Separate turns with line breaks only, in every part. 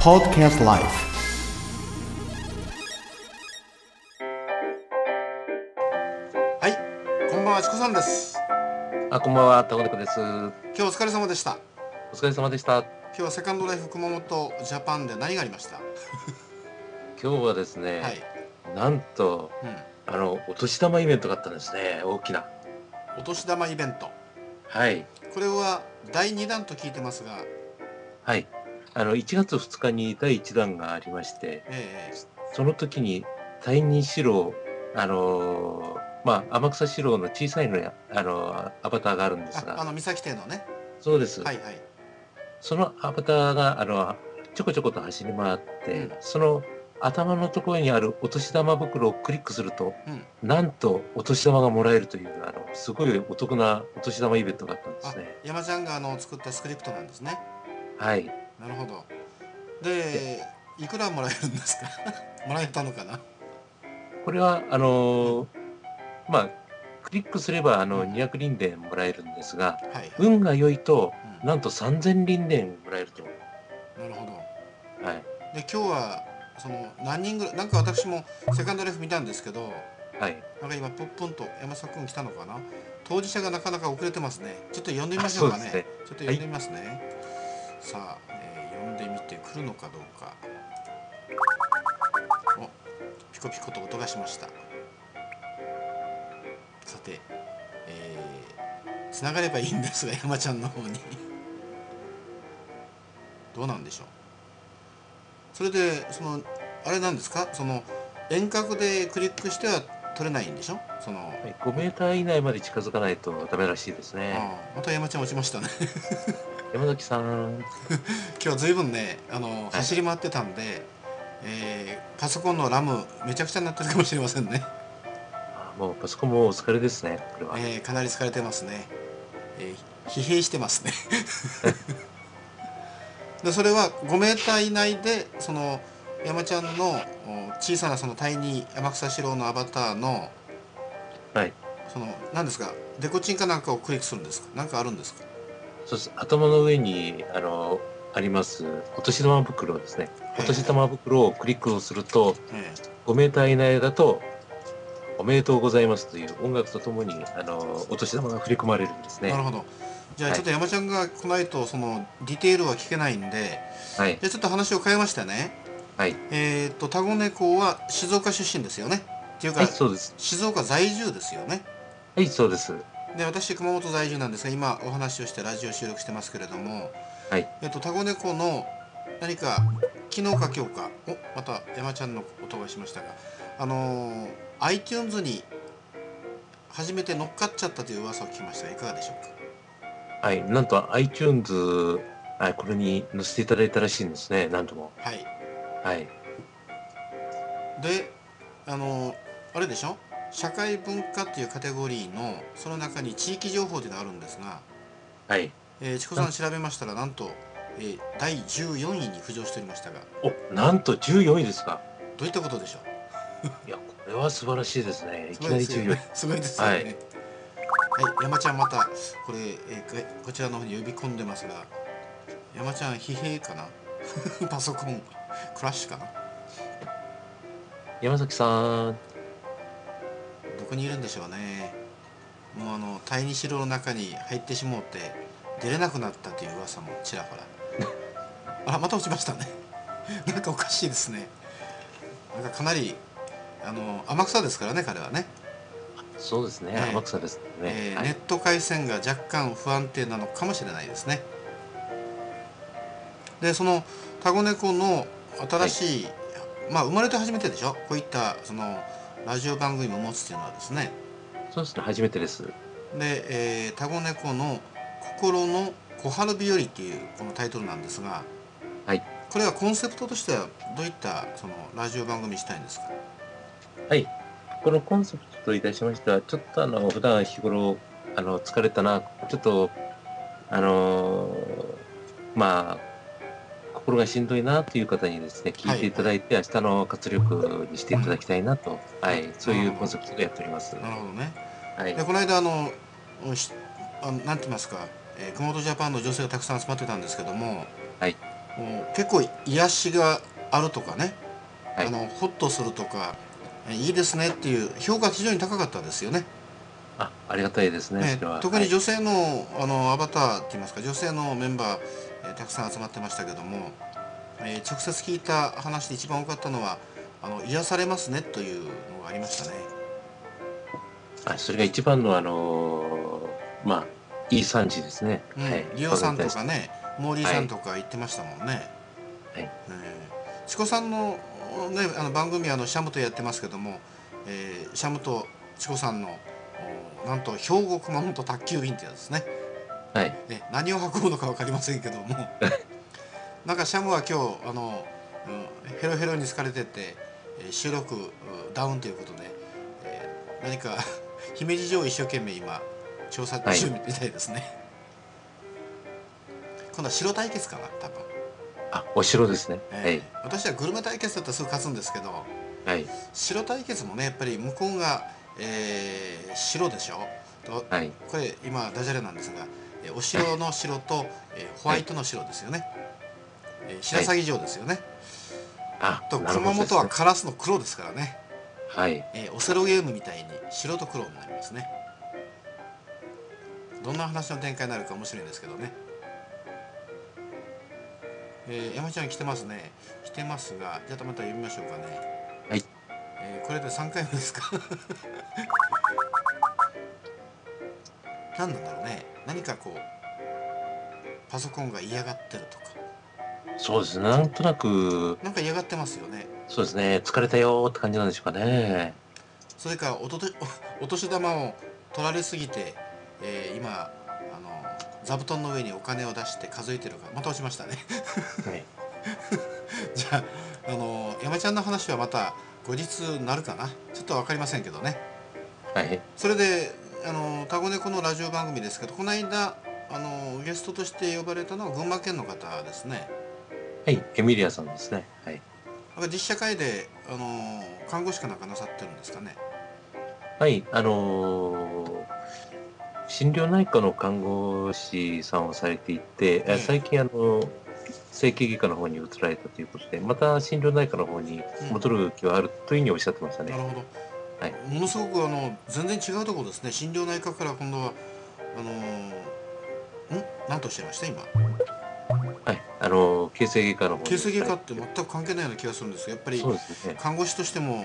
Podcast Life
はい、こんばんは、ちこさんです。
あ、こんばんは、たこねこです。お
今日お疲れ様でした。
疲れ様でした。
今日はセカンドライフ熊本ジャパンで何がありました。
今日はですね、
はい、
なんと、
う
あの、お年玉イベントがあったんですね。大きな。
ん、お年玉イベント。
はい。
これは第二弾と聞いてますが、
はい。あの、1月2日に第1弾がありまして、
え
その時に、第二四郎、あのーまあ、天草四郎の小さいのや、あのーアバターがあるんで
え
す
あ、あ
が、
の三崎亭のね、
そうです。
はいはい、
そのアバターが、あの、ちょこちょこと走り回って、
うん
その頭のところにあるお年玉袋をクリックすると、
うん、
なんとお年玉がもらえるという、あの、すごいお得なお年玉イベントがあったんで
あ
すね。、
山ちゃんがあの作ったスクリプトなんですね。
はい。
なるほど。で、いくらもらえるんですか。 もらえたのかな。
これは、あのーまあ、クリックすれば、あの、
うん
200輪電もらえるんですが、
はい、はい
運が良いと、
うん
なんと3000輪電もらえると。
なるほど。
はい。
で、今日はその何人ぐらい、なんか私もセカンドライフ見たんですけど。
はい。
なんか今ポッポンと山崎君来たのかな当事者がなかなか遅れてますねちょっと呼んでみましょうかね
あそうですね
ちょっと呼んでみますね、さあ、えー呼んでみてくるのかどうかおピコピコと音がしましたさてえーつながればいいんですが山ちゃんの方にどうなんでしょうそれでそのあれなんですかその遠隔でクリックしては取れないんでしょその、
はい5メーター以内まで近づかないとダメらしいですね。
ああまた山ちゃん落ちましたね
山崎さん。
今日ずいぶんねあの走り回ってたんで、えーパソコンのラムめちゃくちゃになってるかもしれませんね、
あもうパソコンもお疲れですね。これは。
えーかなり疲れてますね、えー疲弊してます ねでそれは5メーター以内でその山ちゃんのお小さなその第二天草四郎のアバターの
はい。
その何ですかデコチンかなんかをクリックするんですか何かあるんですか
そうです。頭の上に、あの、あります、お年玉袋ですね。お年玉袋をクリックをすると、
え
5メーター以内だと、おめでとうございますという音楽とともに、あの、お年玉が振り込まれるんです
えなる
ね。
ほどじゃあ
はい
ちょっと山ちゃんが来ないとそのディテールは聞けないんで
はい。
じゃあちょっと話を変えましたね
はい。
えっ、とタゴネコは静岡出身ですよねっていうか、
はい、そうです。
静岡在住ですよね
はい、そうです。
で私熊本在住なんですが今お話をしてラジオ収録してますけれども、
はい
えっとタゴネコの何か昨日か今日かおまた山ちゃんの音がしましたがあのー iTunes に初めて乗っかっちゃったという噂を聞きましたがいかがでしょうか
はい。なんと iTunes、はい、これに載せていただいたらしいんですね。なんとも。
はい
はい。
であのあれでしょ社会文化っていうカテゴリーのその中に地域情報というのがあるんですが、
はい。
えー、チコさん調べましたらなんと、えー第14位に浮上しておりましたが
お、なんと14位ですか。
どういったことでしょう
いや、これは素晴らしいですね。い
す
き
ご
ないり
ですよ
14位。
ねすごいですよね、
は
はいい山ちゃんまたこれ、えーここちらの方に呼び込んでますが山ちゃん疲弊かな パソコンクラッシュかな
山崎さん。
どこにいるんでしょうねもうあの第二城の中に入ってしもうて出れなくなったという噂もちらほらあらまた落ちましたね なんかおかしいですねなんかかなりあの天草ですからね彼はね
そうですね。
ええ
天草ですね。
えー
はい
ネット回線が若干不安定なのかもしれないですねでそのタゴネコの新しい、まあ生まれて初めてでしょこういったそのラジオ番組も持つっていうのはですね
そうですね。初めてです。
で、えー、タゴネコの「心の小春日和」っていうこのタイトルなんですが、
はい
これはコンセプトとしてはどういったそのラジオ番組にしたいんですか
はい。このコンセプトといたしましては、ちょっとあの、普段日頃、あの、疲れたな、ちょっと、あのーまあ、心がしんどいなという方にですね、聞いていただいて、明日の活力にしていただきたいなと、はい、そういうコンセプトでやっております。
なるほどね
はい
で。この間あのうんしあのなんて言いますか、えー、熊本ジャパンの女性がたくさん集まってたんですけども、
はい
もう結構癒しがあるとかね、
はい
あのホッとするとかえいいですねっていう評価が非常に高かったですよね
あ、ありがたいですね。
ね
それは
特に
はい
女性の,、あのアバターって言いますか女性のメンバー、えーたくさん集まってましたけども、えー直接聞いた話で一番多かったのはあの癒されますねというのがありましたね。
あ、それが一番のあのーまあいい産地ですね。
うん
はい。
リオさんとか
わりまし
ねモーリーさんとか言ってましたもんね。
はい
えーチコさんの,、ね、あの番組あのシャムとやってますけども、えーシャムとチコさんのおなんと兵庫熊本宅急便ってやつですね。
たはい。
ね、何を運ぶのか分かりませんけ どもなんかシャムは今日あの、うんヘロヘロに疲れてて、えー収録うんダウンということで、えー何か 姫路城を一生懸命今調査中みたいですね、今度は城対決かな多分、
あ、お城ですね。
え
は
ー
い。
私はグルメ対決だったらすぐ勝つんですけど
はい。
城対決もねやっぱり向こうが、えー城でしょと
はい。
これ今ダジャレなんですが、えーお城の城と、えーホワイトの城ですよね、えー白鷺城ですよね、
あ、
と
なるほど
熊本は
ですね
カラスの黒ですからね、
はい。
えーオセロゲームみたいに白と黒になりますねどんな話の展開になるか面白いんですけどね、えー山ちゃん来てますね来てますがじゃあまた読みましょうかね
はい
えーこれで3回目ですか 何なんだろうね何かこうパソコンが嫌がってるとか
そうですね。なんとなく
なんか嫌がってますよね
そうですね。疲れたよーって感じなんでしょうかね。
それからおとと お年玉を取られすぎて、えー今あの座布団の上にお金を出して数えてるからまた落ちましたね
はい。
じゃああの山ちゃんの話はまた後日なるかなちょっと分かりませんけどね
はい。
それであのタゴネコのラジオ番組ですけどこの間あのゲストとして呼ばれたのは群馬県の方ですね
はい。エミリアさんですね。はい。
なんか実社会であの看護師かなんかなさってるんですかね
はい、あのー心療内科の看護師さんをされていて、
う
え
ん
最近、あの整形外科の方に移られたということで、また心療内科の方に戻る気はあるというふうにおっしゃってました
な
ね。
るほど、
はい
ものすごくあの全然違うところですね心療内科から今度はあのーん何とおっしゃいました今
はい、あの形成外科の方に。
形成外科って全く関係ないような気がするんですがやっぱり
そうですね。
看護師としても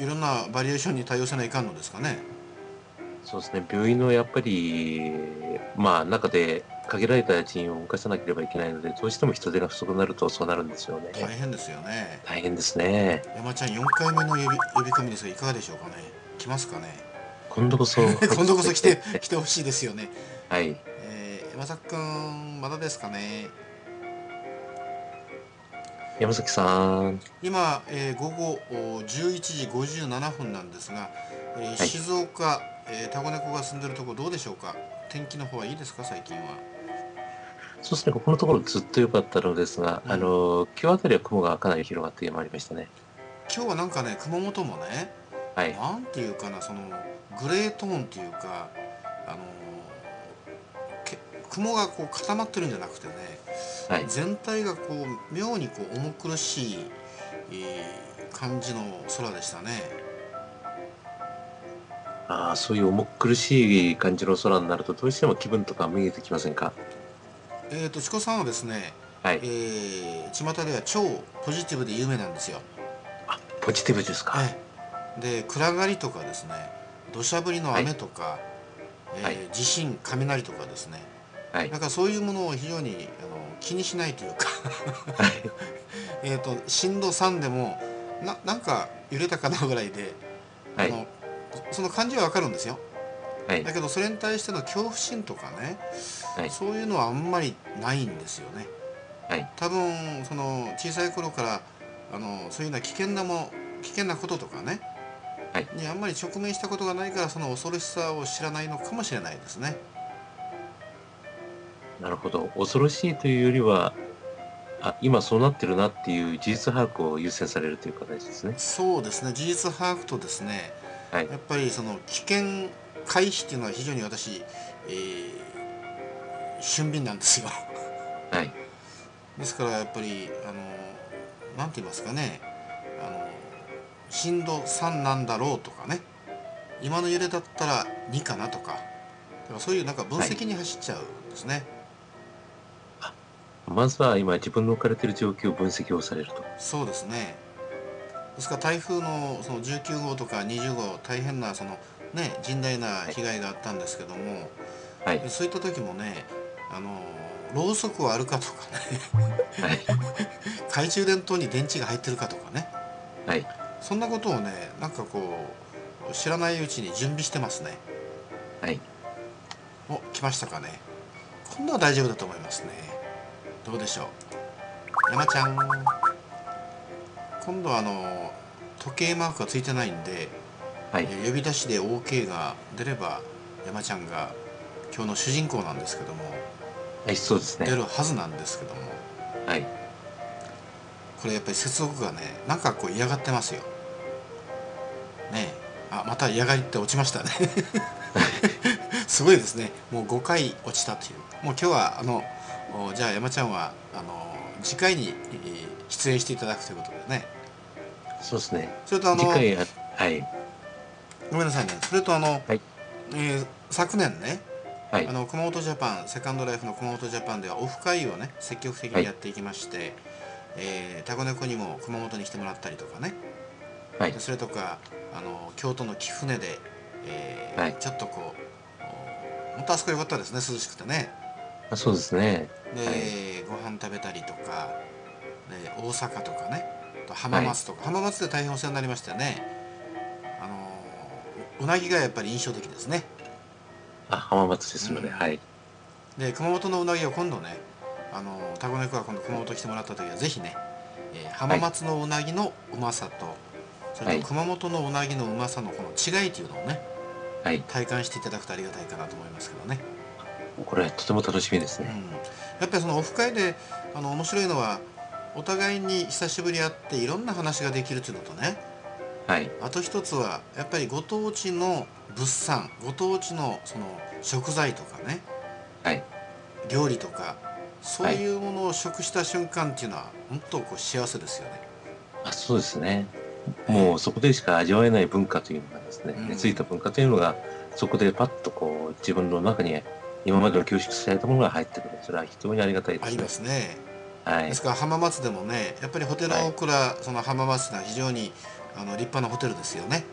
うんいろんなバリエーションに対応せないかんのですかね
そうですね。病院のやっぱり、まあ、中で限られた人員を動かさなければいけないので、どうしても人手が不足になるとそうなるんですよね。
大変ですよね
大変ですね。
山ちゃん4回目の呼び呼び込みですがいかがでしょうかね来ますかね
今度こそ。
今度こそ来て。来てほしいですよね
はい。
えー、山崎くんまだですかね
山崎さん。
今、えー午後お11時57分なんですが、えー
はい
静岡、えー、タコネコが住んでるところどうでしょうか天気の方はいいですか最近は
そうですね、ここのところずっと良かったのですが、
うん
あの今日あたりは雲がかなり広がってまいりましたね。
今日はなんかね熊本もね
はい、
なんていうかなそのグレートーンっていうかあのーけ雲がこう固まってるんじゃなくてね
はい、
全体がこう妙にこう重苦しい、えー感じの空でしたね
ああ、そういう重苦しい感じの空になると、どうしても気分とか見えてきませんか。
えー、とチコさんはですね
はい、
えー、巷では超ポジティブで有名なんですよ。
あ、ポジティブですか。
ええで暗がりとかですね土砂降りの雨とか、えー
はい
地震雷とかですね、
はい
なんかそういうものを非常にあの気にしないというか えーと震度3でもななんか揺れたかなぐらいで、
は
あ
い、
のその感じはわかるんですよ。
はい
だ、けどそれに対しての恐怖心とかね、
はい
そういうのはあんまりないんですよね。
はい
多分その小さい頃からあのそういうような危険なも危険なこととかね、
はい
にあんまり直面したことがないからその恐ろしさを知らないのかもしれないですね。
なるほど。恐ろしいというよりは、あ、今そうなってるなっていう事実把握を優先されるという形ですね。
そうですね事実把握とですね、
はい
やっぱりその危険回避っていうのは非常に私、えー俊敏なんですよ。
はい、
ですからやっぱりあのなんて言いますかねあの震度3なんだろうとかね今の揺れだったら2かなとかだからそういうなんか分析に走っちゃうんですね、
まずは今自分の置かれている状況を分析をされると。
そうですねですから台風のその19号とか20号大変なその、ね、甚大な被害があったんですけども、
はい
そういった時もねあのろうそくはあるかとかね
はい。
懐中電灯に電池が入ってるかとかね
はい。
そんなことをねなんかこう知らないうちに準備してますね
はい。
お来ましたかね今度は大丈夫だと思いますねどうでしょう山ちゃん今度はあの時計マークがついてないんで、
はい
え。ー呼び出しで OK が出れば山ちゃんが今日の主人公なんですけども
はい。そうです
出
ね。
るはずなんですけども
はい。
これやっぱり接続がねなんかこう嫌がってますよねえあまた嫌がりって落ちましたね すごいですねもう5回落ちたというもう今日はあのおじゃあ山ちゃんはあの次回にえー出演していただくということでね
そうですね。
それとあの
次回は、はい。
ごめんなさいねそれとあの、
はい
えー昨年ね
はい
あ。の熊本ジャパンセカンドライフの熊本ジャパンではオフ会をね積極的にやっていきまして、えータコネコにも熊本に来てもらったりとかね
はい
で。それとかあの京都の貴船で、えー
はい
ちょっとこうお本当あそこ良かったですね涼しくてね
あそうですね。
で、
はい
ご飯食べたりとかで大阪とかねあと浜松とか、浜松で大変お世話になりましたよねあのううなぎがやっぱり印象的ですね
あ、浜松ですので、
うん
はい。
で熊本のうなぎを今度ねあのタコネコが今度熊本来てもらった時はぜひね、えー浜松のうなぎのうまさと、それ
はい
と熊本のうなぎのうまさのこの違いというのをね
はい。
体感していただくとありがたいかなと思いますけどね、
これはとても楽しみです
うん
ね。、
やっぱりそのオフ会であの面白いのはお互いに久しぶりに会っていろんな話ができるというのとね
はい。
あと一つはやっぱりご当地の物産ご当地のその食材とかね
はい。
料理とかそういうものを食した瞬間っていうのは本当こう幸せですよね、
あ、そうですね。もうそこでしか味わえない文化というのがですね、
うん
根付いた文化というのが、そこでパッとこう、自分の中に今までの凝縮されたものが入ってくる。それは非常にありがたいで
あ
す
り
ね
ま。すね
はい
で。すから浜松でもねやっぱりホテルオークラ、その浜松が非常にあの立派なホテルですよね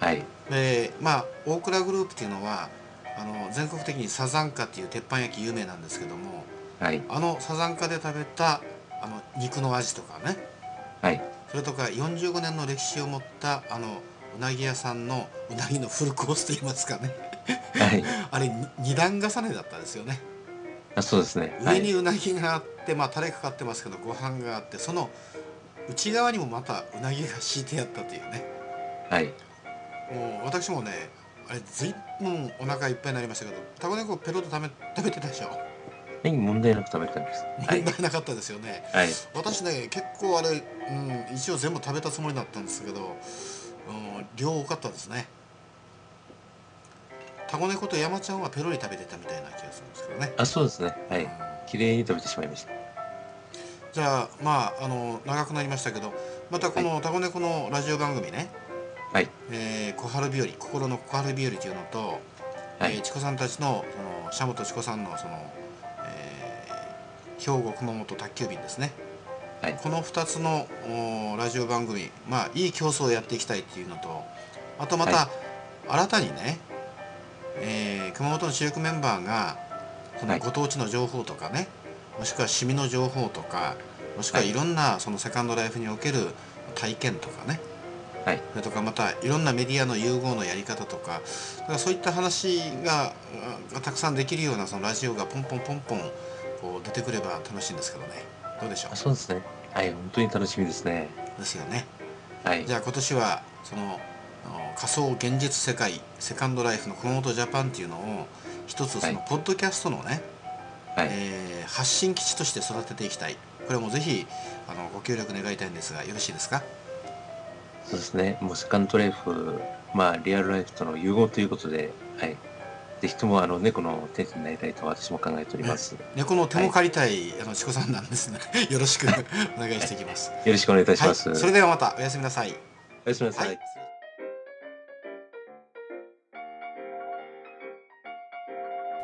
はい。
でまあ大倉グループっていうのはあの全国的にサザンカっていう鉄板焼き有名なんですけども
はい。
あのサザンカで食べたあの肉の味とかね
はい。
それとか45年の歴史を持ったあのうなぎ屋さんのうなぎのフルコースといいますかね
はい。
あれ2段重ねだったですよね
あそうです ね。は
上に
い。
うなぎがあってまあタレかかってますけどご飯があってその内側にもまたうなぎが敷いてあったというね
はい。
もう私もねあれずいぶんお腹いっぱいになりましたけどタコネコペロッと食べ食べてたでしょ
はい問題なく食べた んです。は
問
い。
題なかったですよね、
はい。
私ね結構あれ、うん、一応全部食べたつもりだったんですけど、うん、量多かったですねタコネコと山ちゃんはペロリ食べてたみたいな気がするんですけどね、
あ、そうですね。は
うん
い。綺麗に食べてしまいました。
じゃあまああの長くなりましたけどまたこのタコネコのラジオ番組ね「
はい
えー小春日和心の小春日和」というのと、
はい
えーチコさんたちのそのシャムとチコさんのその、えー兵庫熊本宅急便ですね、
はい
この2つのおーラジオ番組まあいい競争をやっていきたいっていうのとあとまた、
は
新たにね、えー熊本の主力メンバーがそ
は
の
い
ご当地の情報とかね、もしくは趣味の情報とかもしくは
はい
いろんなそのセカンドライフにおける体験とかね、
はい
それとかまたいろんなメディアの融合のやり方とかだからそういった話がうんたくさんできるようなそのラジオがポンポンポンポンこう出てくれば楽しいんですけどねどうでしょ
あ、そうですね。はい。本当に楽しみですね。
うですよね
はい
じ。ゃあ今年はそのあの仮想現実世界セカンドライフの熊本ジャパンっていうのを一つその
は
ポッドキャストのね、
はい。
えー発信基地として育てていきたいこれもぜひあのご協力願いたいんですがよろしいですか
そうですね。もうセカンドライフ、まあ、リアルライフとの融合ということで、はい。ぜひともあの猫の天使になりたいと私も考えております。よ
猫の手も借りたい、あのチコさんなんですね よろしくお願いしてきます
ろしくお願いいたし
は
ま
い
す。
それではまたおやすみなさい
おやすみなさ。
はいい